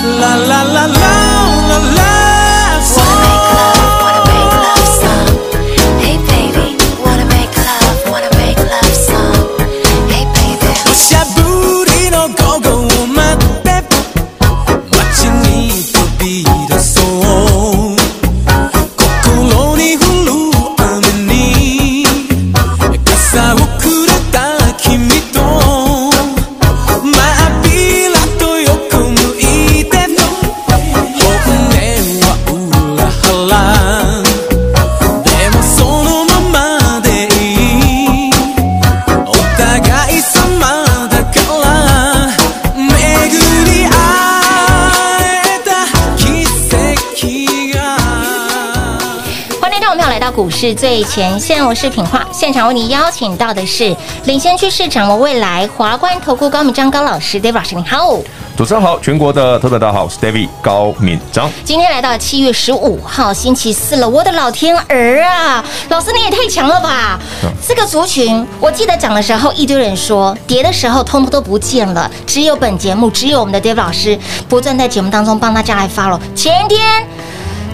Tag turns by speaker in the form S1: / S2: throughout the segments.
S1: ーララララララ
S2: Wanna make love, wanna make love song. Hey baby, wanna make love, wanna make love song. Hey baby,
S1: 土砂降りの午後を待って街に飛び出そう心に降る雨に傘をくれた君と真っ平と横向いての本音は裏腹でもそのままでいいお互い様だから巡り合えた奇跡が
S3: 欢迎听众朋友来到股市最前线，我是品化，现场为您邀请到的是领先趋势掌握未来华冠投顾高敏章高老师，David 老师，你好。
S4: 主持人好，全国的特大家好，我是 David 高敏章。
S3: 今天来到七月十五号星期四了，我的老天儿啊！老师你也太强了吧！这个族群，我记得讲的时候，一堆人说跌的时候通通都不见了，只有本节目，只有我们的 Dave 老师不断在节目当中帮大家来发了。前天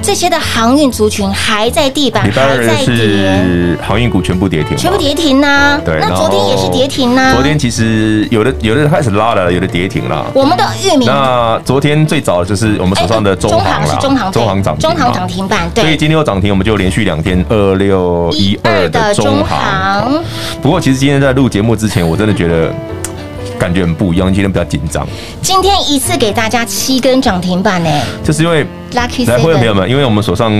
S3: 这些的航运族群还在地板，
S4: 礼拜
S3: 还
S4: 二
S3: 在跌。
S4: 是航运股全部跌停嘛，
S3: 全部跌停呐、
S4: 对，
S3: 那
S4: 然
S3: 昨
S4: 后
S3: 天也是跌停啊呐、
S4: 昨天其实有的有的开始拉了，有的跌停了。
S3: 我们的域名
S4: 那昨天最早就是我们手上的中航啦，
S3: 是哎中航
S4: 中航涨停
S3: 中
S4: 嘛，
S3: 航涨停板，
S4: 所以
S3: 对，
S4: 今天有涨停，我们就连续两天二六一二的
S3: 12
S4: 中
S3: 的中
S4: 行
S3: 航。
S4: 不过其实今天在录节目之前，我真的觉得感觉很不一样，今天比较紧张，
S3: 今天一次给大家七根涨停板呢、
S4: 就是因为
S3: l u c k y
S4: 来，会员朋友
S3: Seven
S4: 们，因为我们手上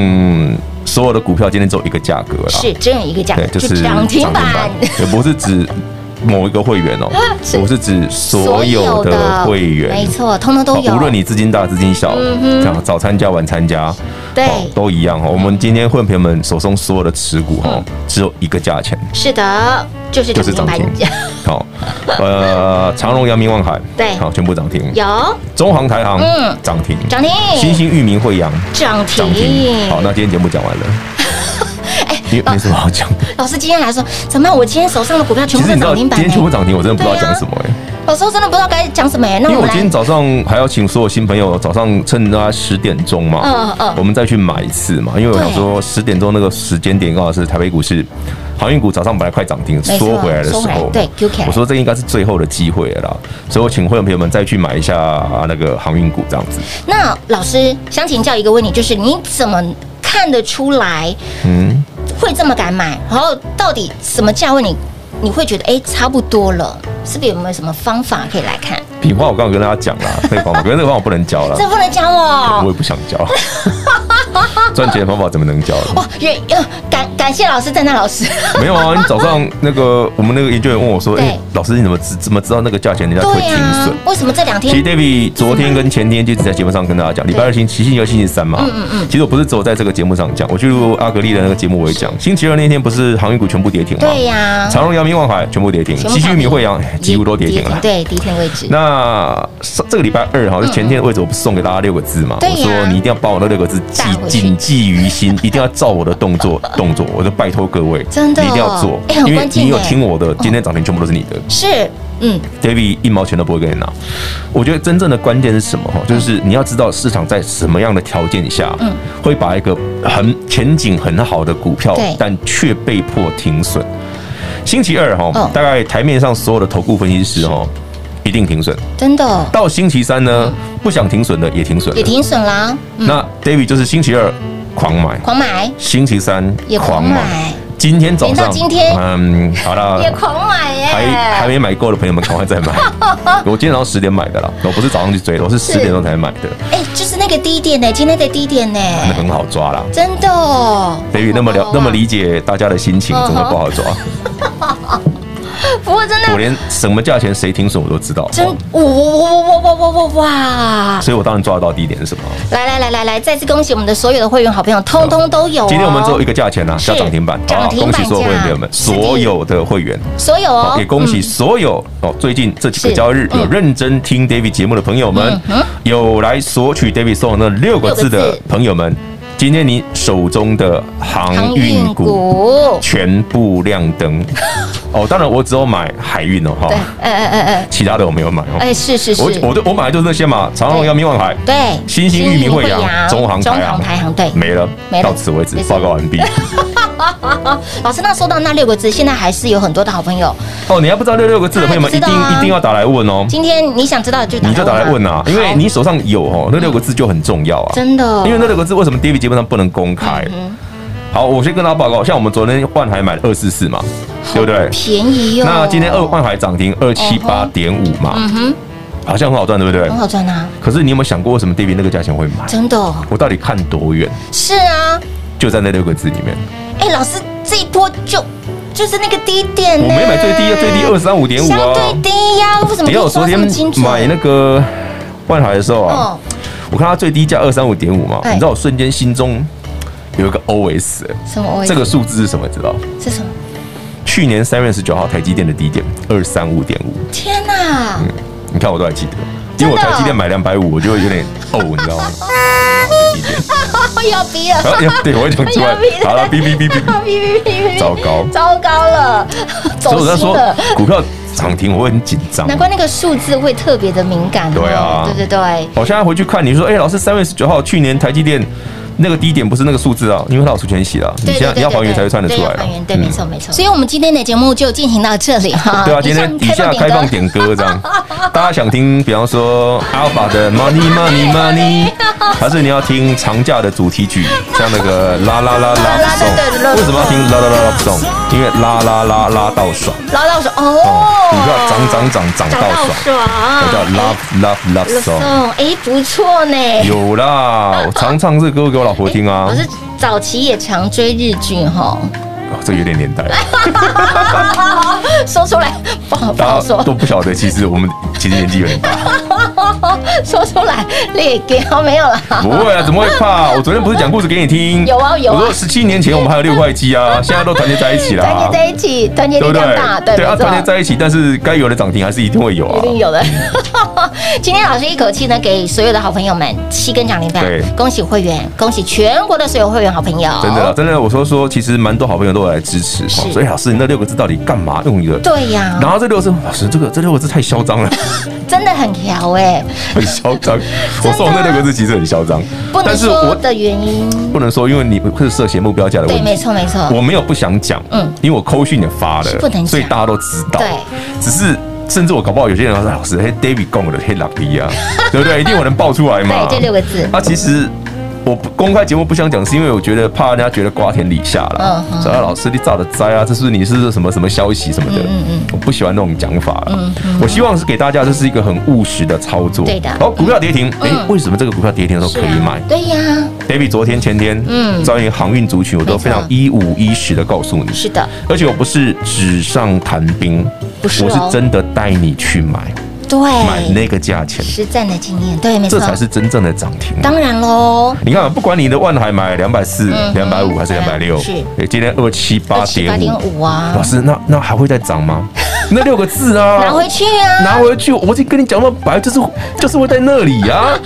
S4: 所有的股票今天只有一个价格啦，
S3: 是只有一个价
S4: 啊对，，就是
S3: 涨停板。
S4: 也不是指某一个会员哦
S3: 是，
S4: 我是指所有的会员，
S3: 没错，通通都
S4: 好
S3: 有。
S4: 无论你资金大资金小，这样早参加晚参加，
S3: 对
S4: 好都一样哦。我们今天会员朋友们手中所有的持股哦，只有一个价钱，
S3: 是的，嗯就是
S4: 就是涨
S3: 涨停
S4: 停
S3: 板。。
S4: 好，呃，长荣、阳明、万海，
S3: 对
S4: 好，全部涨停。
S3: 有
S4: 中航、台航
S3: 嗯
S4: 涨停，
S3: 涨停，
S4: 新兴、裕民、惠阳
S3: 涨
S4: 涨停。
S3: 停。哎哦
S4: 好，那今天节目讲 完了。因为没什么好讲，
S3: 老师今天还说，怎么办？我今天手上的股票全
S4: 其
S3: 部
S4: 实
S3: 都
S4: 你
S3: 涨停
S4: 知道今
S3: 板欸
S4: 天全部
S3: 呢？
S4: 涨停，我真的不知道讲什么哎、
S3: 老师我真的不知道该讲什么哎。那
S4: 因为
S3: 我
S4: 我
S3: 们
S4: 今
S3: 来
S4: 天，早上还要请所有新朋友早上趁大家十点钟嘛，
S3: 嗯嗯
S4: 我们再去买一次嘛，因为我想说十点钟那个时间点刚好是台北股市航运股早上本来快涨停
S3: 错
S4: 缩回来的时
S3: 缩回来
S4: 候，
S3: 对，Q 起来
S4: 我说这应该是最后的机会了啦，所以我请会员朋友们再去买一下那个航运股这样子。
S3: 那老师想请教一个问题，就是你怎么看得出来
S4: 嗯，
S3: 会这么敢买？然后到底什么价位你你会觉得哎差不多了？是不是有没有什么方法可以来看？
S4: 比方我刚刚跟大 家讲啦，那个方法，可是那个方法不能教啦，
S3: 这不能讲
S4: 我
S3: 哦。
S4: 也不想 教。赚钱的方法怎么能教？
S3: 哇，也呃感感谢老师，赞赞老师。
S4: 没有啊，你早上那个我们那个研究员问我说：“
S3: 对
S4: 哎、老师你怎么知怎么知道那个价钱人 家会
S3: 对啊嗯
S4: 停
S3: 呀
S4: 损，？”
S3: 为什么这两
S4: 其实
S3: 天
S4: David 昨天跟前天就一直在节目上跟大家讲，礼拜二星期星期二、星期三嘛。
S3: 嗯
S4: 其实我不是只有在这个节目上讲，我去录阿格丽的那个节目我也讲。星期二那天不是航运股全部跌停吗？
S3: 对呀
S4: 长荣、阳明、万海全部跌停，
S3: 全部
S4: 西
S3: 涨
S4: 区、
S3: 停
S4: 米惠阳哎几乎都跌停了。
S3: 对，跌停位置。
S4: 那上这个礼拜二哈，就前天的位置，我不是送给大家六个字嘛？
S3: 嗯对呀
S4: 我说你一定要把我那六个字记
S3: 带回去
S4: 谨记于心，一定要照我的动作动作，我就拜托各位，
S3: 真的哦
S4: 你一定要做
S3: 哎，很
S4: 因为
S3: 关键
S4: 你有
S3: 耶嗯
S4: 听我的，今天涨停全部都是你的。
S3: 是，嗯，
S4: David 一毛钱都不会给你拿。我觉得真正的关键是什么哈？就是你要知道市场在什么样的条件下，
S3: 嗯
S4: 会把一个很前景很好的股票
S3: 对，
S4: 但却被迫停损。星期二哈
S3: 嗯，
S4: 大概台面上所有的投顾分析师哈，一定停损。
S3: 真的哦
S4: 到星期三呢，不想停损的也停损了
S3: 嗯也。停损啦，嗯，
S4: 那 David 就是星期二狂买，
S3: 狂买
S4: 星期三
S3: 也狂买，
S4: 今天早
S3: 连
S4: 上
S3: 到今天
S4: 嗯，好 了，
S3: 也狂买耶，
S4: 还还没买够的朋友们，赶快再买。 我今天早上十点买的啦，我不是早上去追的，我是十点钟才买的，
S3: 哎，就是那个低点呢，今天的低点呢，
S4: 那很好抓啦。
S3: 真的哦。
S4: David 那么了
S3: 哇
S4: 那么理解大家的心情，
S3: 嗯哼
S4: 真的不好抓。
S3: 不过真
S4: 我
S3: 的，
S4: 连什么价钱谁停损我都知道，
S3: 真哇
S4: 哦
S3: 哇哇哇哇哇哇哇！
S4: 所以我当然抓得到低点是什么。
S3: 来来来来来，再次恭喜我们的所有的会员好朋友，通通都有、哦。
S4: 今天我们只有一个价钱呐，
S3: 是
S4: 叫涨停板，
S3: 涨
S4: 好
S3: 停板
S4: 恭喜所有会员朋友们，
S3: 价是的
S4: 所有的会员，
S3: 所有哦
S4: 好，也恭喜所有哦，最近这几个
S3: 是
S4: 交易日
S3: 嗯
S4: 有认真听 David 节目的朋友们，有来索取 David 送的那六个字
S3: 六个
S4: 的
S3: 字
S4: 朋友们，今天你手中的航运股
S3: 股，
S4: 全部亮 灯哦。当然，我只有买海运哦，哈
S3: 对，，哎哎哎哎
S4: 其他的我没有买哦。
S3: 哎，是是是，
S4: 我我对我买的就是那些嘛，长荣、
S3: 对
S4: 阳明、万海，
S3: 对，
S4: 新兴、域名、惠
S3: 新兴
S4: 阳、中航、
S3: 啊中
S4: 台嗯
S3: 航、
S4: 航、
S3: 台航，对。
S4: 没了，
S3: 没了
S4: 到此为止
S3: 没，事
S4: 报告完毕。
S3: 老师，那说到那六个字，现在还是有很多的好朋友。
S4: 哦，你还不知道这六个字的朋友们，
S3: 当然
S4: 一定
S3: 不知道啊
S4: 一定要打来问哦，
S3: 今天你想知道就打
S4: 你就打来问
S3: 啊嗯
S4: 啊，因为你手上有哦，那六个字就很重要啊。
S3: 真的，哦嗯
S4: 因为那六个字为什么 David 基本上不能公开？好，我先跟大家报告，像我们昨天万海买了二四四嘛，对不对？
S3: 便宜哦。
S4: 那今天二万海涨
S3: 嗯
S4: 停二七八点五嘛，好像很好赚，对不对
S3: 很？好赚啊，
S4: 可是你有没有想过，为什么 David 那个价钱会买？
S3: 真的哦
S4: 我到底看多远？
S3: 是啊。
S4: 就在那六个字里面，
S3: 哎，老师，这一波就就是那个低点呢，
S4: 我没买最低啊，最低二三五点五
S3: 嗯相
S4: 啊。
S3: 对低呀，为什么可
S4: 你
S3: 以
S4: 看我
S3: 抓
S4: 昨
S3: 这
S4: 天
S3: 么精准？
S4: 买那个万海的时候啊
S3: 哦，，
S4: 我看它最低价二三五点五嘛，
S3: 哎
S4: 你知道我瞬间心中有一个 OS，欸
S3: 什么我也
S4: 这个数字是什么？知道？
S3: 是什么？
S4: 去年三月十九号台积电的低点二三五点五，
S3: 天哪！
S4: 你看我都还记得，因为我
S3: 真的哦
S4: 台积电买两百五，我就会有点 呕，你知道吗？台积电
S3: 要逼了，
S4: 然后 哎对，我讲出来
S3: 哎呀别，
S4: 好了，哔哔哔哔，
S3: 逼逼逼逼，
S4: 糟糕
S3: 糟糕了，
S4: 所
S3: 走
S4: 以我在
S3: 心
S4: 说
S3: 了。
S4: 股票涨停我会很紧张。
S3: 难怪那个数字会特别的敏感哦。
S4: 对啊
S3: 对对对，
S4: 我现在回去看，你说，哎、老师，三月十九号去年台积电那个低点不是那个数字啊，因为它有除权息啦，你
S3: 对
S4: 现
S3: 对
S4: 在
S3: 对
S4: 要还原才会算得出来啊
S3: 对要
S4: 啦嗯
S3: 还原，对，没错没错。所以我们今天的节目就进行到这里哈。
S4: 对啊，今天以下开放点歌这 样，大家想听，比方说 Alpha 的 Money Money Money，还是你要听长假的主题曲，像那个啦啦
S3: 啦啦
S4: 啦啦
S3: 对对
S4: song，为什么要听啦啦啦啦 song？因为啦啦啦啦到爽，
S3: 拉到手
S4: 哦
S3: 哦，，
S4: 股票涨涨涨涨
S3: 涨
S4: 到
S3: 到
S4: 爽，
S3: 爽，
S4: 那叫 Love Love Love song。
S3: 送，哎，不错呢。
S4: 有啦，我常唱这歌给 我老婆听啊
S3: 老。师早期也常追日剧哈，
S4: 哦这有点年 代，
S3: 说出来不好不
S4: 大
S3: 好
S4: 家
S3: 说
S4: 都，不晓得，其实我们其实年纪有点大。
S3: 说出来列给没有啦。
S4: 不会啊，怎么会怕？我昨天不是讲故事给你听？
S3: 有啊有啊
S4: 我说十七年前我们还有六块肌 啊，现在都团结在一起
S3: 团
S4: 啦
S3: 结，在一起，团结
S4: 对
S3: 力
S4: 不对
S3: 量大，？对，
S4: 啊对啊，
S3: 没错
S4: 团结在一起，但是该有的涨停还是一定会有
S3: 一
S4: 啊。
S3: 定有的。 今天老师一口气呢，给所有的好朋友们七根涨停板
S4: 对，
S3: 恭喜会员，恭喜全国的所有会员好朋友。
S4: 真的啦，真的，我说说，其实蛮多好朋友都有来支持。哦所以老师，你那六个字到底干嘛用一个？
S3: 对呀、
S4: 然后这六个字，老师，这个这六个字太嚣张了，
S3: 真的很调哎、
S4: 很嚣 张。我说我那六个字其实很嚣张，
S3: 啊不能
S4: 但是
S3: 说
S4: 我
S3: 的原因。
S4: 不能说，因为你是涉嫌目标价的问
S3: 对，
S4: 题。
S3: 没错没错，
S4: 我没有不想讲，
S3: 嗯
S4: 嗯，因为我扣讯也发
S3: 是不能讲
S4: 了，所以大家都知道。
S3: 对，
S4: 只是甚至我搞不好有些人说，啊老师，嘿，David 供我的黑老皮 啊，对不对？一定我能爆出来嘛？
S3: 对这六个字
S4: 那其实。我不公开节目不想讲，是因为我觉得怕人家觉得瓜田李下了
S3: 嗯，嗯嗯
S4: 说、啊老师你炸的灾啊，这是你是什么什么消息什么的，我不喜欢那种讲法了。我希望是给大家这是一个很务实的操作。
S3: 对的嗯
S4: 好，股票跌停，哎、为什么这个股票跌停的时候可以买？
S3: 对呀、
S4: Baby，昨天前天，
S3: 嗯
S4: 嗯，关于航运族群，我都非常
S3: 没错
S4: 一五一十的告诉你，
S3: 是的，
S4: 而且我不是纸上谈兵，
S3: 不是哦
S4: 我是真的带你去买，
S3: 对，
S4: 买那个价钱，
S3: 实战的经验，对，没错
S4: 这，才是真正的涨停。
S3: 当然喽，
S4: 你看，不管你的万海买两百四、两百五还是两百六，
S3: 是
S4: 哎，今天二七八点
S3: 278.5
S4: 五
S3: 啊
S4: 老师，那那还会再涨吗？ 那六个字啊，
S3: 拿回去啊，
S4: 拿回去，我已经跟你讲到白，就是就是会在那里呀、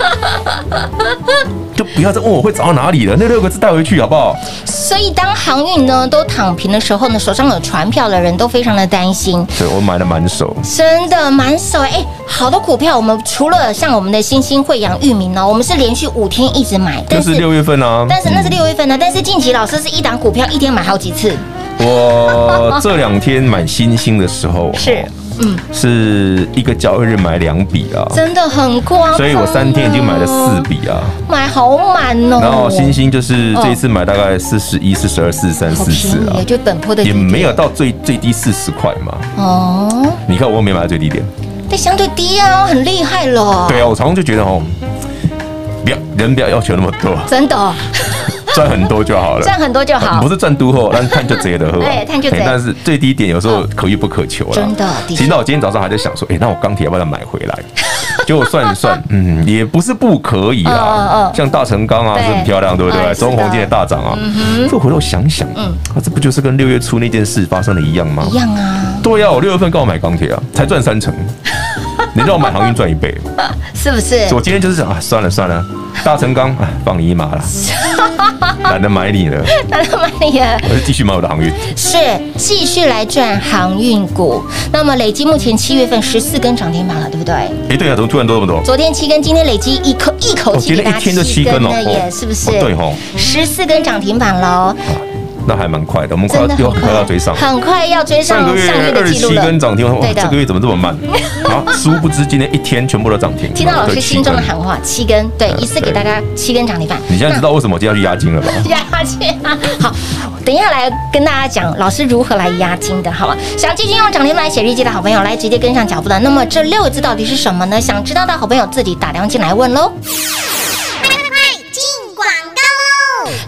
S4: 就不要再问我会涨到哪里了，那六个字带回去好不好？
S3: 所以当航运呢都躺平的时候呢，手上有船票的人都非常的担心，
S4: 对我买的满手，
S3: 真的满手哎、好多股票，我们除了像我们的新兴、惠阳、域名呢，我们是连续五天一直买，
S4: 就
S3: 但
S4: 是
S3: 是
S4: 六月份啊。
S3: 但是那是六月份呢，但是近期老师是一档股票一天买好几次，
S4: 嗯我这两天买星星的时候，
S3: 是，
S4: 嗯，是一个交易日买两笔啊，
S3: 真的很夸张啊
S4: 所以我三天已经买了四，笔啊。
S3: 买好满哦，
S4: 然后星星就是这一次买大概四十一、四十二、四十三、
S3: 好
S4: 四
S3: 便
S4: 十
S3: 宜
S4: 啊
S3: 哦，，就本坡的
S4: 也没有到最最低四十块嘛。
S3: 哦，
S4: 你看我又没买到最低点。
S3: 但相对低啊，很厉害了，
S4: 对啊，我常常就觉得哦，不要人不要要求那么多，
S3: 真的哦，
S4: 赚很多就好了，
S3: 赚很多就好
S4: 啊不是赚都后，但是探就贼的喝，
S3: 哎探就贼
S4: 哎但是最低点有时候可遇不可求啦。
S3: 真的的确
S4: 其实到我今天早上还在想说，哎，那我钢铁要不要再买回来？ 结果算一算，嗯，也不是不可以
S3: 嗯嗯
S4: 啊
S3: 嗯。
S4: 像大成钢啊，
S3: 对
S4: 是很漂亮，对不
S3: 哎
S4: 对？
S3: 是的嗯
S4: 中红今天大涨啊，这回头想想，嗯，这不就是跟六月初那件事发生的一样吗
S3: 一？样啊，
S4: 对呀，我六月份刚好买钢铁啊，才赚三 成，你让我买航运赚一倍。
S3: 是不是
S4: 所以？我今天就是想啊，算了算了，大成钢啊，放你一马 了，懒得买你了，
S3: 那他妈也
S4: 我就继续买我的航运。
S3: 是继续来赚航运股。那么累计目前七月份十四根涨停板了，对不对？
S4: 哎，对啊，怎么突然多这么多？
S3: 昨天七根，今天累积一口一口
S4: 哦
S3: 气
S4: 今
S3: 给
S4: 天
S3: 大
S4: 一
S3: 家
S4: 天就七根哦
S3: 了耶，
S4: 哦
S3: 是不是？
S4: 哦对哦，
S3: 十四根涨停板喽，
S4: 啊那还蛮快的，我们快
S3: 真
S4: 要
S3: 的
S4: 又
S3: 很
S4: 快要追上。
S3: 很快要追上
S4: 上个月
S3: 上月
S4: 二
S3: 的
S4: 十
S3: 记录
S4: 七
S3: 了。
S4: 根涨停，哇
S3: 对，的
S4: 这个月怎么这么 慢？然后殊不知今天一天全部都涨停，
S3: 听到老
S4: 对
S3: 师心中的。喊
S4: 七根
S3: 话，七根，对，一次给大家七根涨停板。
S4: 你现在知道为什么我今天要去押金了吧？
S3: 压金啊！好，等一下来跟大家讲老师如何来压金的，好吧？想继续用涨停板写日记的好朋友来直接跟上脚步的，那么这六个字到底是什么呢？想知道的好朋友自己打电话进来问喽。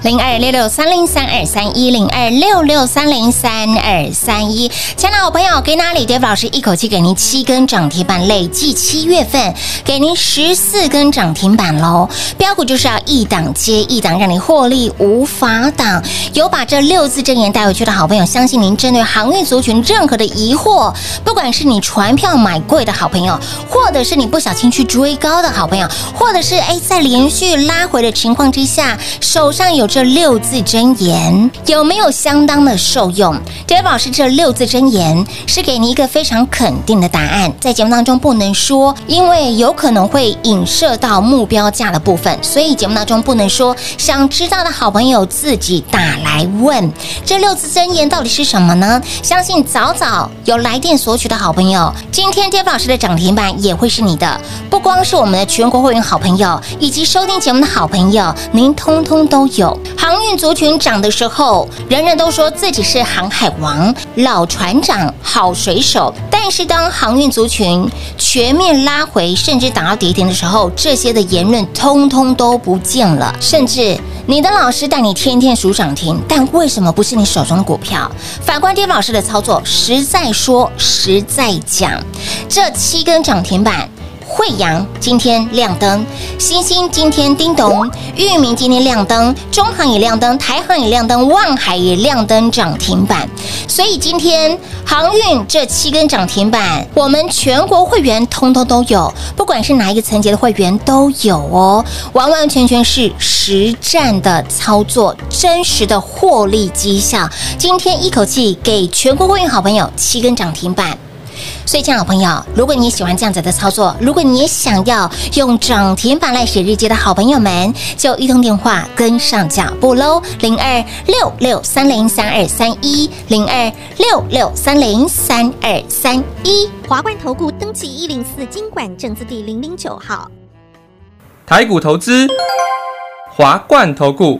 S3: 零二六六三零三二三一零二六六三零三二三一，亲爱的好朋友，给哪里？Dave 老师一口气给您七根涨停板，累计七月份给您十四根涨停板喽。标股就是要一档接一档，让你获利无法挡。有把这六字真言带回去的好朋友，相信您针对航运族群任何的疑惑，不管是你船票买贵的好朋友，或者是你不小心去追高的好朋友，或者是哎在连续拉回的情况之下，手上有这六字真言，有没有相当的受用？杰老师这六字真言是给你一个非常肯定的答案，在节目当中不能说，因为有可能会影射到目标价的部分，所以节目当中不能说。想知道的好朋友自己打来问，这六字真言到底是什么呢？相信早早有来电索取的好朋友，今天 Dave 老师的涨停板也会是你的。不光是我们的全国会员好朋友，以及收听节目的好朋友，您通通都有。航运族群涨的时候，人人都说自己是航海王、老船长、好水手，但是当航运族群全面拉回，甚至打到跌停的时候，这些的言论通通都不见了，甚至。你的老师带你天天数涨停，但为什么不是你手中的股票？反观 d a 老师的操作，实在说，实在讲，这七根涨停板。惠阳今天亮灯，星星今天叮咚，域名今天亮灯，中航也亮灯，台航也亮灯，望海也亮灯涨停板。所以今天航运这七根涨停板，我们全国会员通通都有，不管是哪一个层级的会员都有哦，完完全全是实战的操作，真实的获利绩效。今天一口气给全国会员好朋友七根涨停板。所以，亲爱的朋友，如果你喜欢这样子的操作，如果你也想要用涨停板来写日记的好朋友们，就一通电话跟上脚步喽，零二六六三零三二三一，零二六六三零三二三一。
S5: 华冠投顾登记一零四经管证字第零零九号。
S6: 台股投资，华冠投顾。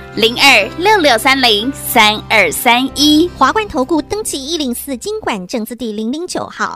S7: 零二六六三零三二三一。
S5: 华冠投顾登记一零四经管证字第零零九号。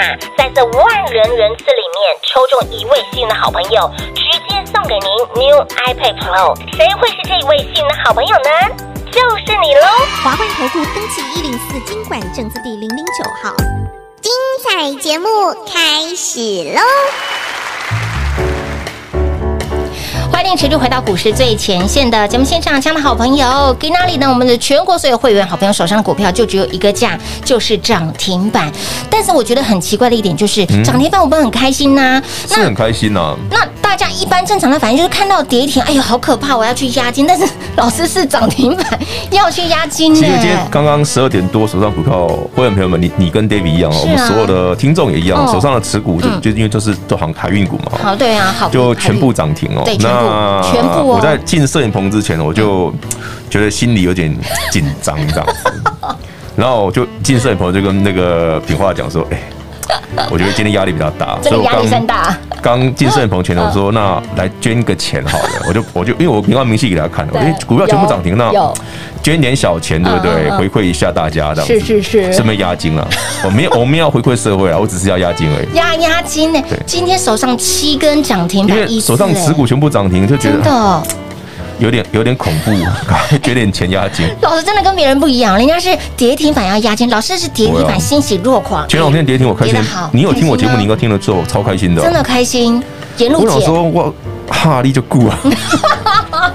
S8: 在这万人人次里面抽中一位幸运的好朋友，直接送给您 New iPad Pro。谁会是这一位幸运的好朋友呢？就是你喽！
S5: 华冠投顾登记一零四经管证字第零零九号。精彩节目开始喽！
S3: 欢欢迎持续回到股市最前线的节目现场，亲爱的好朋友，给那里呢？我们的全国所有会员好朋友手上的股票就只有一个价，就是涨停板。但是我觉得很奇怪的一点就是，涨停板我们很开心呐、
S4: 嗯是很开心啊呐、
S3: 那大家一般正常的反应就是看到跌停，哎呦好可怕，我要去押金。但是 老师是涨停板要去押金
S4: 其
S3: 呢
S4: 实，今天刚刚十二点多，手上股票，会员朋友们，你你跟 David 一样哦，
S3: 是啊
S4: 我们所有的听众也一样，
S3: 哦
S4: 手上的持股就就因为就是都航海运股嘛，
S3: 好对啊，好
S4: 就全部涨停哦。
S3: 对全部全部哦嗯
S4: 我在进摄影棚之前，我就觉得心里有点紧张这 样子。然后我就进摄影棚，就跟那个品化讲说：“哎、我觉得今天压力比较 大，
S3: 这个
S4: 我
S3: 压力山大。
S4: 刚进摄影棚前，我说那来捐个钱 好了，我就我就因为我平安明细给他看了，我
S3: 对
S4: 说股票全部涨停，那
S3: 有
S4: 捐点小钱，对不对？
S3: 嗯嗯
S4: 回馈一下大家这样
S3: 是
S4: 子，
S3: 是是
S4: 顺便押金了。我没有我没有要回馈社会啊，我只是要押金 而已。
S3: 压押金呢
S4: 对？
S3: 今天手上七根涨停
S4: 因
S3: 板，
S4: 为
S3: 一
S4: 手上
S3: 次哎
S4: 持股全部涨停，就觉
S3: 真
S4: 得
S3: 的。哦
S4: 有点有点恐怖， 赶快捐点钱押金。
S3: 老师真的跟别人不一样，人家是跌停板要押金，老师是跌停
S4: 对啊
S3: 板欣喜若狂。
S4: 前两天跌停我开心
S3: 跌得好，
S4: 你有听我节
S3: 开心
S4: 目，
S3: 啊
S4: 你应该听得出来，我超开心的。
S3: 真的开心，沿
S4: 我
S3: 路
S4: 想
S3: 姐
S4: 说，我哈利就顾啊。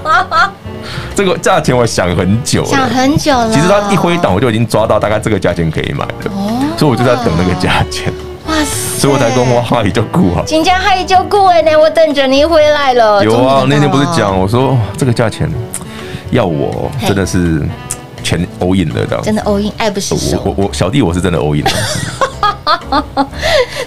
S4: 这个价钱我想很久
S3: 想
S4: 了，
S3: 很久了。
S4: 其实他一挥档，我就已经抓到大概这个价钱可以买
S3: 哦
S4: 了，所以我就在等那个价钱，
S3: 哇塞，
S4: 所以我才跟我哈利就顾啊。
S3: 金家嗨就顾问呢，我等着你回来了。
S4: 有
S3: 哎终于
S4: 啊，
S3: 等到了
S4: 那天不是讲我说这个价钱要我
S3: 嘿
S4: 真的是全 all in 了这样
S3: 真的 all in 爱不释
S4: 我
S3: 手，
S4: 我我小弟我是真的 all in 了。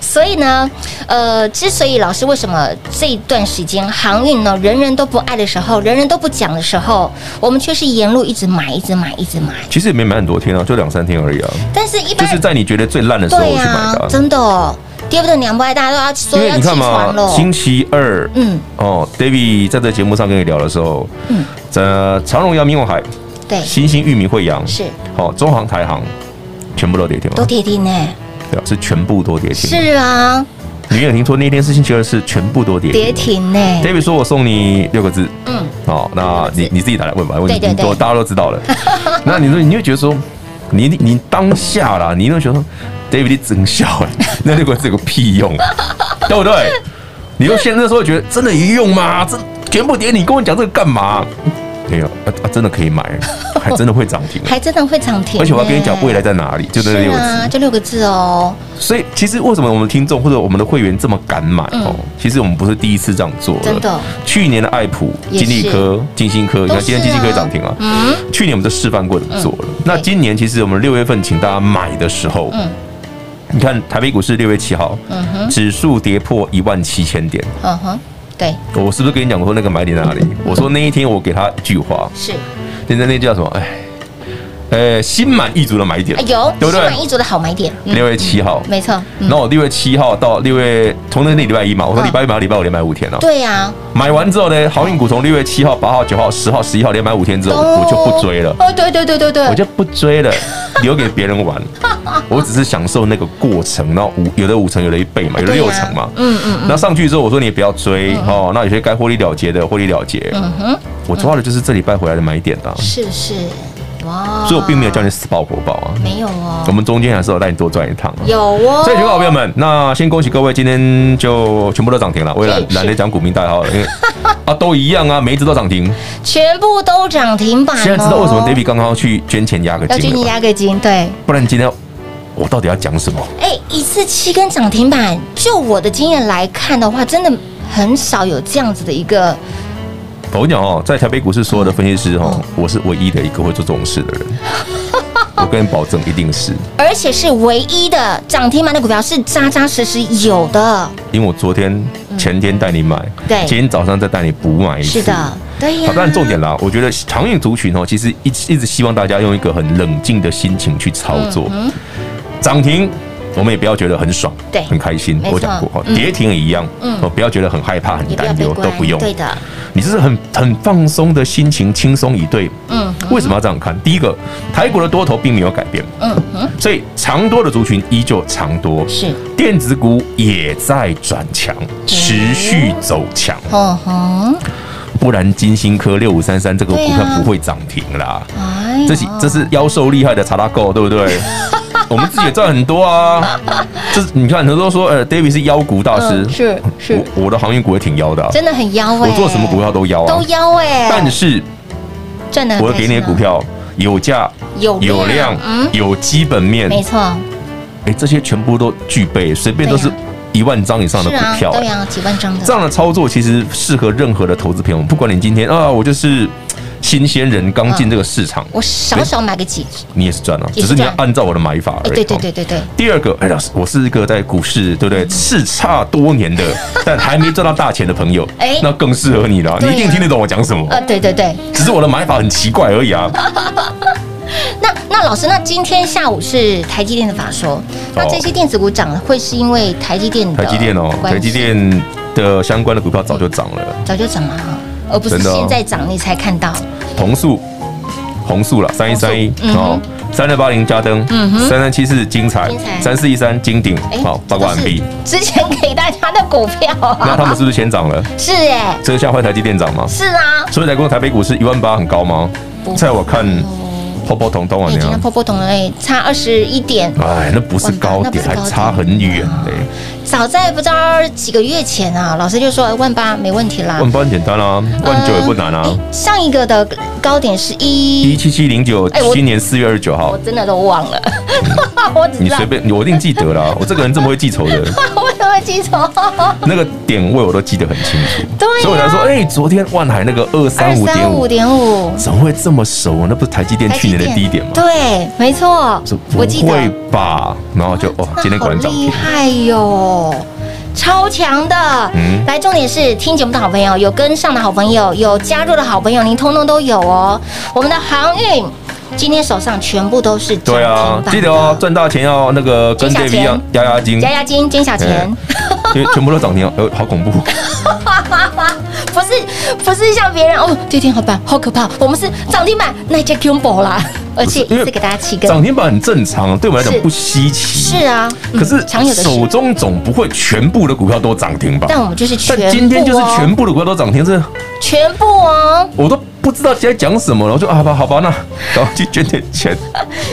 S3: 所以呢，呃，之所以老师为什么这一段时间航运呢，人人都不爱的时候，人人都不讲的时候，我们却是沿路一直买，一直买，一直买。
S4: 其实也没买很多天啊，就两三天而已啊，
S3: 但是一
S4: 就
S3: 般
S4: 是在你觉得最烂的时候
S3: 对
S4: 去买的、啊
S3: 真的、哦，跌不得娘不爱，大家都要说
S4: 因为
S3: 要
S4: 你
S3: 弃
S4: 看
S3: 船
S4: 嘛，
S3: 了。
S4: 星期二，
S3: 嗯，
S4: 哦，David 在这节目上跟你聊的时候，
S3: 嗯，
S4: 这长荣、阳明、望海、
S3: 对，
S4: 新兴、玉米、惠阳，
S3: 是，
S4: 好、中航、台航，全部都跌停
S3: 都
S4: 了，
S3: 跌停呢。
S4: 对啊，是全部都跌停。，
S3: 是啊，
S4: 你也听说那天是星期二，是全部都跌停。
S3: 跌。停呢。
S4: David 说：“我送你六个字。”
S3: 嗯，
S4: 哦，那你你自己打来问吧，问
S3: 对对
S4: 你
S3: 对
S4: 都大家都知 道了。那你说，你会觉得说，你你当下啦，你一定会觉得说，David 你真笑哎， 那那个这个屁用，啊 对不对？你说现在那时候觉得真的有用吗？这全部跌，你跟我讲这个干嘛？没有，啊啊，真的可以买，还真的会涨停。啊
S3: 还真的会涨停呢。
S4: 而且我要跟你讲未来在哪里，就那
S3: 是
S4: 六个字
S3: 啊，。就六个字哦。
S4: 所以其实为什么我们听众或者我们的会员这么敢买哦？其实我们不是第一次这样做了
S3: 嗯真的
S4: 去年的爱普、
S3: 也
S4: 金
S3: 是
S4: 利科、金星科，你
S3: 都
S4: 看
S3: 是
S4: 今天金星科
S3: 啊
S4: 涨停啊。
S3: 嗯，
S4: 去年我们都示范过怎么做了。那
S3: 对
S4: 今年其实我们六月份请大家买的时候，
S3: 嗯
S4: 你看台北股市六月七号，指数跌破一万七千点，
S3: 嗯哼，对，
S4: 我是不是跟你讲说那个买点在哪
S3: 嗯
S4: 里？我说那一天我给他一句话，
S3: 是。
S4: 现在那叫什么？哎，呃，心满意足的买点
S3: 哎，有，
S4: 对不
S3: 心
S4: 对？
S3: 满意足的好买点。嗯
S4: 六月七号，
S3: 没错。嗯
S4: 然后我六月七号到六月，从那天礼拜一嘛，我说礼拜一买到礼拜五连买五天了。啊
S3: 对啊呀，
S4: 买完之后呢，航运股从六月七号、八号、九号、十号、十一号连买五天之后，我就不追了，
S3: 哦，对对对对对，
S4: 我就不追了，留给别 人玩。我只是享受那个过程，然后五有的五成，有的一倍嘛，有的
S3: 对呀
S4: 六成嘛。
S3: 嗯嗯
S4: 那上去之后，我说你也不要追哦，那有些该获利了结的获利了结。
S3: 嗯哼，
S4: 我抓的就是这礼拜回来的买点啊，
S3: 是是，哇。
S4: 所以我并没有叫你死抱活抱啊。
S3: 没有哦
S4: 我，们中间还是有带你多赚一趟啊。
S3: 有哦。
S4: 所以，各位好朋友们，那先恭喜各位，今天就全部都涨停了。我也懒
S3: 是
S4: 懒得讲股民代号了，因为啊都一样啊，每一只都涨停。
S3: 全部都涨停板哦。
S4: 现在知道为什么 David 刚刚要去捐钱压个
S3: 要去
S4: 金了吧，
S3: 压个金，对。
S4: 不然今天我到底要讲什么？
S3: 哎，一次七根涨停板，就我的经验来看的话，真的很少有这样子的一个
S4: 我跟你讲哦，在台北股市所有的分析师哦
S3: 嗯，
S4: 我是唯一的一个会做这种事 的人。我跟你保证，一定是，
S3: 而且是唯一的涨停板的股票是扎扎实实有的，
S4: 因为我昨天、前天带你买，
S3: 嗯对
S4: 今天早上再带你补买一次。
S3: 是的，对呀
S4: 好，。但重点啦，我觉得长运族群哦，其实一直一直希望大家用一个很冷静的心情去操作。涨停，我们也不要觉得很爽，
S3: 嗯对
S4: 很开心
S3: 没。错
S4: 我讲过，哦
S3: 嗯
S4: 跌停也一样，
S3: 嗯
S4: 哦，不要觉得很害怕、很
S3: 也不要
S4: 担
S3: 悲
S4: 忧，
S3: 观
S4: 都不用。
S3: 对的，
S4: 你就是很很放松的心情，轻松以对。
S3: 嗯哼
S4: 为什么要这样看？第一个，台股的多头并没有改变，
S3: 嗯哼，
S4: 所以长多的族群依旧长多，
S3: 是，
S4: 电子股也在转强，持续走强。
S3: 哦哼，
S4: 不然金星科六五三三这个股
S3: 对
S4: 票
S3: 啊
S4: 不会涨停啦。
S3: 哎呀
S4: 这是这是妖兽厉害的查拉狗，对不对？我们自己也赚很多啊。这是你看，很多人都说，呃，David 是妖股大师，
S3: 嗯是是
S4: 我我的行业股也挺妖的啊、
S3: 真的很妖哎、
S4: 我做什么股票都妖啊
S3: 都，妖哎、
S4: 但是
S3: 赚的
S4: 我给你的股票有价、
S3: 啊有量
S4: 有量
S3: 嗯、
S4: 有基本面，
S3: 没错，
S4: 哎，这些全部都具备，随便都是
S3: 对啊
S4: 一万张以上的
S3: 是
S4: 股
S3: 啊，
S4: 票、
S3: 对啊，几万张的，
S4: 这样的操作其实适合任何的投资朋友，不管你今天啊，我就是新鲜人刚进这个市场，
S3: 我少少买个几，
S4: 你也是赚啊，
S3: 也
S4: 只
S3: 是
S4: 是你要
S3: 赚
S4: 按照我的买法而已。
S3: 哎，对对
S4: 哦
S3: 对对对，
S4: 第二个，哎，老师，我是一个在股市对不对叱咤多年 的，但还没赚到大钱的朋友，
S3: 哎
S4: 那更适合你了，你
S3: 对啊
S4: 一定听得懂我讲什么。
S3: 啊，对对对。
S4: 只是我的买法很奇怪而已 啊，
S3: 那那老师，那今天下午是台积电的法说，那这些电子股涨会是因为台积电的
S4: 哦台积电哦，
S3: 关
S4: 台
S3: 系
S4: 积电的相关的股票早就涨了，
S3: 早就涨了啊，而不是
S4: 真的哦
S3: 现在涨你才看到，
S4: 同速、红素了，三一三一
S3: 嗯
S4: 哦
S3: 哼，
S4: 三六八零加登，三三七四精彩
S3: 精，彩
S4: 三四一三金鼎，
S3: 哎
S4: 好，报告完毕。。
S3: 这都是之前给大家的股票
S4: 那
S3: 啊，
S4: 他们是不是先涨了？
S3: 是哎，
S4: 这个吓坏台积电涨吗？
S3: 是啊，
S4: 所以才跟台北股市一万八很高吗
S3: 不？会
S4: 在我看，泡泡彤彤啊，
S3: 那已
S4: 那
S3: 经
S4: 样
S3: 要。破破桶了哎，差二十一点。
S4: 哎，那不是高点，还差很远嘞、
S3: 早在不知道几个月前啊，老师就说哎万八没问题啦，
S4: 万八很简单啊，万九也不难啊
S3: 呃。哎上一个的高点是
S4: 一
S3: 一，
S4: 七七零九
S3: 哎，我
S4: 今年四月二十九
S3: 我
S4: 号，
S3: 真的都忘了， 我只
S4: 你
S3: 知道
S4: 随便，我一定记得啦。我这个人这么会记仇的，
S3: 我怎么会记错？
S4: 那个点位我都记得很清楚。
S3: 对呀
S4: 所以我才说，哎，昨天万海那个二三五点五，
S3: 点五，
S4: 怎么会这么熟？那不是台积电去年的低点吗？
S3: 对，没错
S4: 说，
S3: 我
S4: 不
S3: 记得。
S4: 会吧？然后就哦，今天果然
S3: 好
S4: 涨停
S3: 厉。害哟！超强的，
S4: 嗯
S3: 来，重点是听节目的好朋友，有跟上的好朋友，有加入的好朋友，您通通都有哦。我们的航运今天手上全部都是涨
S4: 对啊
S3: 停，板
S4: 记得哦，
S3: 的
S4: 赚大钱要那个跟
S3: 金小
S4: David 一样
S3: 钱
S4: 压压惊，
S3: 加押金、捐小
S4: 哎
S3: 钱，
S4: 因为全部都涨停 哦，呃，好恐怖。
S3: 不是不是像别人哦，跌停好板好可怕，我们是涨停板那叫 combo 啦，而且
S4: 因
S3: 一
S4: 为
S3: 次给大家起
S4: 涨
S3: 根，
S4: 停板很正常，啊对我们来讲
S3: 是
S4: 不稀奇。
S3: 是啊，嗯
S4: 可是
S3: 常有的事，
S4: 手中总不会全部的股票都涨停吧？
S3: 但我们就是全部、哦，
S4: 但今天就是全部的股票都涨停，这
S3: 全部哦，
S4: 我都不知道在讲什么了。我就啊，好吧，好吧，那然后去捐点钱，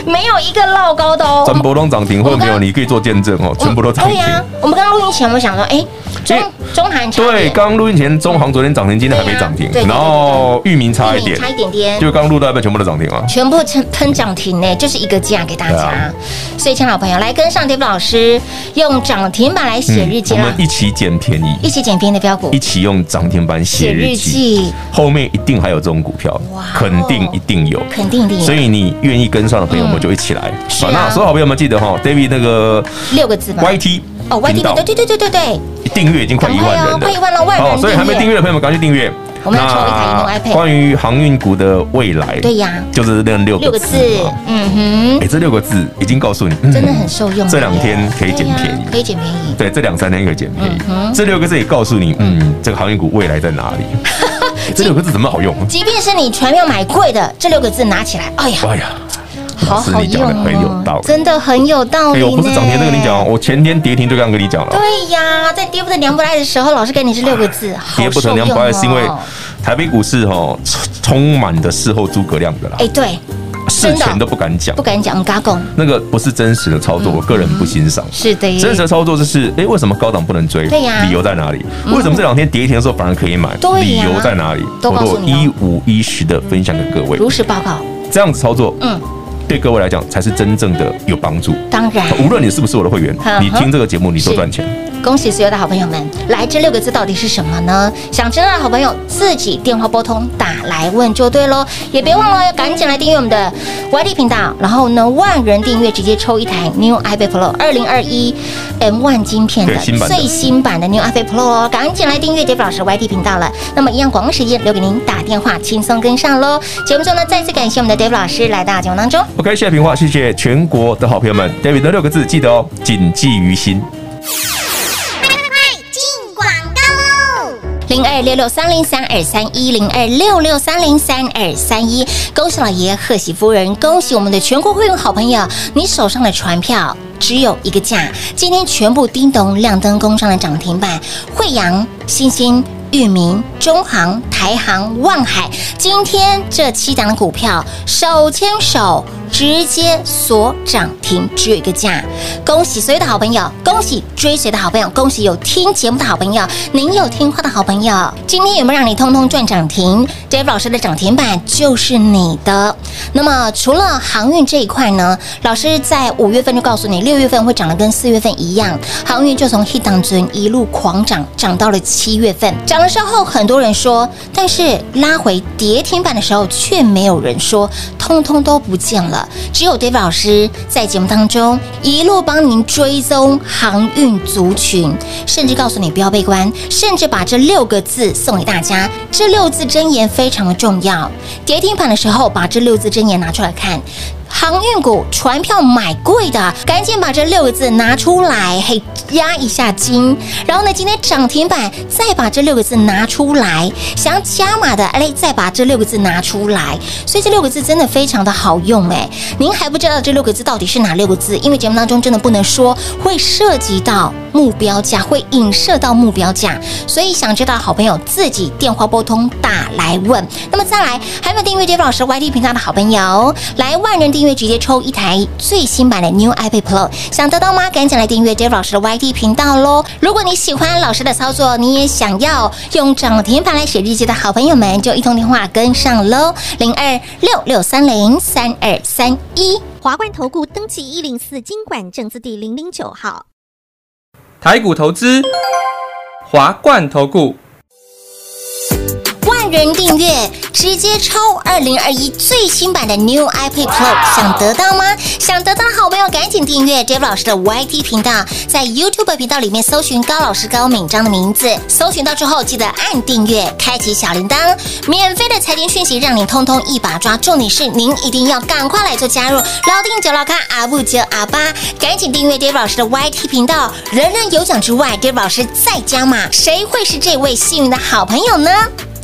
S3: 没有一个落高的哦。
S4: 全部都涨停，
S3: 我
S4: 或者
S3: 刚
S4: 没有，你可以做见证哦，全部都涨
S3: 对啊
S4: 停。
S3: 呀，我们刚刚录音前，我们想说，哎，
S4: 因为
S3: 中中韩差
S4: 对，
S3: 点
S4: 刚录音前，中航昨天涨停，今天还没涨停
S3: 对啊对对，对
S4: 然后域名差一点，
S3: 差一点点，
S4: 就刚录到一半全部都涨停啊。
S3: 全部喷喷涨停呢，就是一个价给大
S4: 对
S3: 家
S4: 啊。
S3: 所以，亲爱的朋友，来跟上 Dave 老师用涨停板来写日记
S4: 嗯我
S3: 啦
S4: 们，一起捡便宜，
S3: 一起捡便宜的标股
S4: 一，起用涨停板写日记。，后面一定还有这种股票
S3: 哇哦，
S4: 肯定一定有。
S3: 肯定的耶，
S4: 所以你愿意跟上的朋友们就一起来。
S3: 是啊
S4: 那所有好朋友们记得哈，David 那个
S3: 六个字吧。
S4: YT
S3: 哦，YT
S4: 频道
S3: 对对对对对对，
S4: 订阅已经快一万人了，
S3: 赶快哦快一万了万人
S4: 所以还
S3: 订
S4: 没
S3: 阅
S4: 订阅的朋友们赶快去订阅。
S3: 我们要抽一台移动 iPad
S4: 关于航运股的未来，
S3: 对呀
S4: 就是那六
S3: 六个
S4: 个字
S3: 字
S4: 嘛。，
S3: 嗯
S4: 哎，这六个字已经告诉你，
S3: 哼，
S4: 嗯
S3: 真的很受用耶。
S4: 这两天可以捡便
S3: 对
S4: 宜
S3: 呀，可以捡便宜。
S4: 对，这两三天可以捡便宜
S3: 嗯。哼
S4: 这六个字也告诉你，嗯，这个航运股未来在哪 里？哎这六个字怎么好用？
S3: 即便是你船票买贵的，这六个字拿起来，哎呀，
S4: 哎呀，
S3: 好
S4: 老师
S3: 好
S4: 你讲
S3: 用
S4: 的
S3: 哦，
S4: 很有道理。
S3: 真的很有道
S4: 哎
S3: 理。
S4: 呦，不是涨停这个跟你讲哦，。我前天跌停就刚刚跟你讲了。
S3: 对呀，在跌不得凉不来的时候，老师给你这六个字，好
S4: 哎跌不
S3: 受
S4: 成
S3: 用
S4: 两
S3: 哦。
S4: 百二，是因为台北股市哦充充满的事后诸葛亮的啦，
S3: 哎，对，
S4: 事前都不敢讲
S3: 不，嗯敢讲，嘎拱，
S4: 那个不是真实的操作，我个人不欣赏。
S3: 是的耶，
S4: 真实的操作就是，哎，为什么高档不能追？
S3: 嗯对呀嗯
S4: 理由在哪里？为什么这两天跌停的时候反而可以买？
S3: 对
S4: 理
S3: 呀
S4: 由在哪里？
S3: 都告诉
S4: 我
S3: 你
S4: 一
S3: 哦
S4: 五一十的分享给各位，
S3: 如实报告。
S4: 这样子操作，
S3: 嗯，
S4: 对各位来讲才是真正的有帮助。
S3: 当然，
S4: 无论你是不是我的会员
S3: 嗯，哼
S4: 你听这个节目，你都
S3: 是
S4: 赚钱。
S3: 恭喜所有的好朋友们！来，这六个字到底是什么呢？想知道的好朋友自己电话拨通打来问就对喽，也别忘了要赶紧来订阅我们的 YT 频道，然后呢，万人订阅直接抽一台 New iPad Pro 二零二一 M 万晶片的
S4: 对新版的
S3: 最新版的 New iPad Pro 哦，赶紧来订阅 d a v 老师 YT 频道了。那么一样广告时间留给您打电话，轻松跟上喽。节目中呢，再次感谢我们的 Dave 老师来到节目当中。
S4: OK，谢谢平话，谢谢全国的好朋友们。David 的六个字记得哦，谨记于心。
S5: 进广告喽！
S3: 零二六六三零三二三一零二六六三零三二三一。恭喜老爷，贺喜夫人，恭喜我们的全国会员好朋友，你手上的船票。只有一个价，今天全部叮咚亮灯攻上了涨停板，惠阳、新兴、裕民、中航、台航、望海，今天这七档的股票手牵手。直接锁涨停，只有一个价。恭喜所有的好朋友，恭喜追随的好朋友，恭喜有听节目的好朋友，您有听话的好朋友，今天有没有让你通通赚涨停？Dave 老师的涨停板就是你的。那么除了航运这一块呢，老师在五月份就告诉你，六月份会涨得跟四月份一样，航运就从 hit 当中一路狂涨，涨到了七月份。涨的时候很多人说，但是拉回跌停板的时候却没有人说，通通都不见了。只有 Dave 老师在节目当中一路帮您追踪航运族群，甚至告诉你不要悲观，甚至把这六个字送给大家。这六字真言非常的重要。跌停板的时候，把这六字真言拿出来看。航运股船票买贵的，赶紧把这六个字拿出来，嘿，压一下惊。然后呢，今天涨停板再把这六个字拿出来，想加码的，哎，再把这六个字拿出来。所以这六个字真的非常的好用，哎，您还不知道这六个字到底是哪六个字，因为节目当中真的不能说，会涉及到目标价，会影射到目标价。所以想知道的好朋友自己电话拨通打来问。那么再来，还没有订阅 Jeff 老师 YT 频道的好朋友，来万人订阅直接抽一台最新版的 New iPad Pro，想得到吗？赶紧来订阅 Jeff 老师的 YT 频道喽！如果你喜欢老师的操作，你也想要用涨停板来写日记的好朋友们，就一通电话跟上喽，零二六六三零三二三一。
S5: 华冠投顾登记一零四经管证字第零零九号。
S6: 台股投资，华冠投顾。
S3: 万人订阅，直接抽二零二一最新版的 New iPad Pro，想得到吗？想得到的好朋友赶紧订阅 Dave 老师的 YT 频道，在 YouTube 频道里面搜寻高老师高敏章的名字，搜寻到之后记得按订阅，开启小铃铛，免费的财经讯息让你通通一把抓。重点是您一定要赶快来做加入，老定九老咖阿布九阿巴，赶紧订阅 Dave 老师的 YT 频道，人人有奖之外，Dave 老师再加码，谁会是这位幸运的好朋友呢？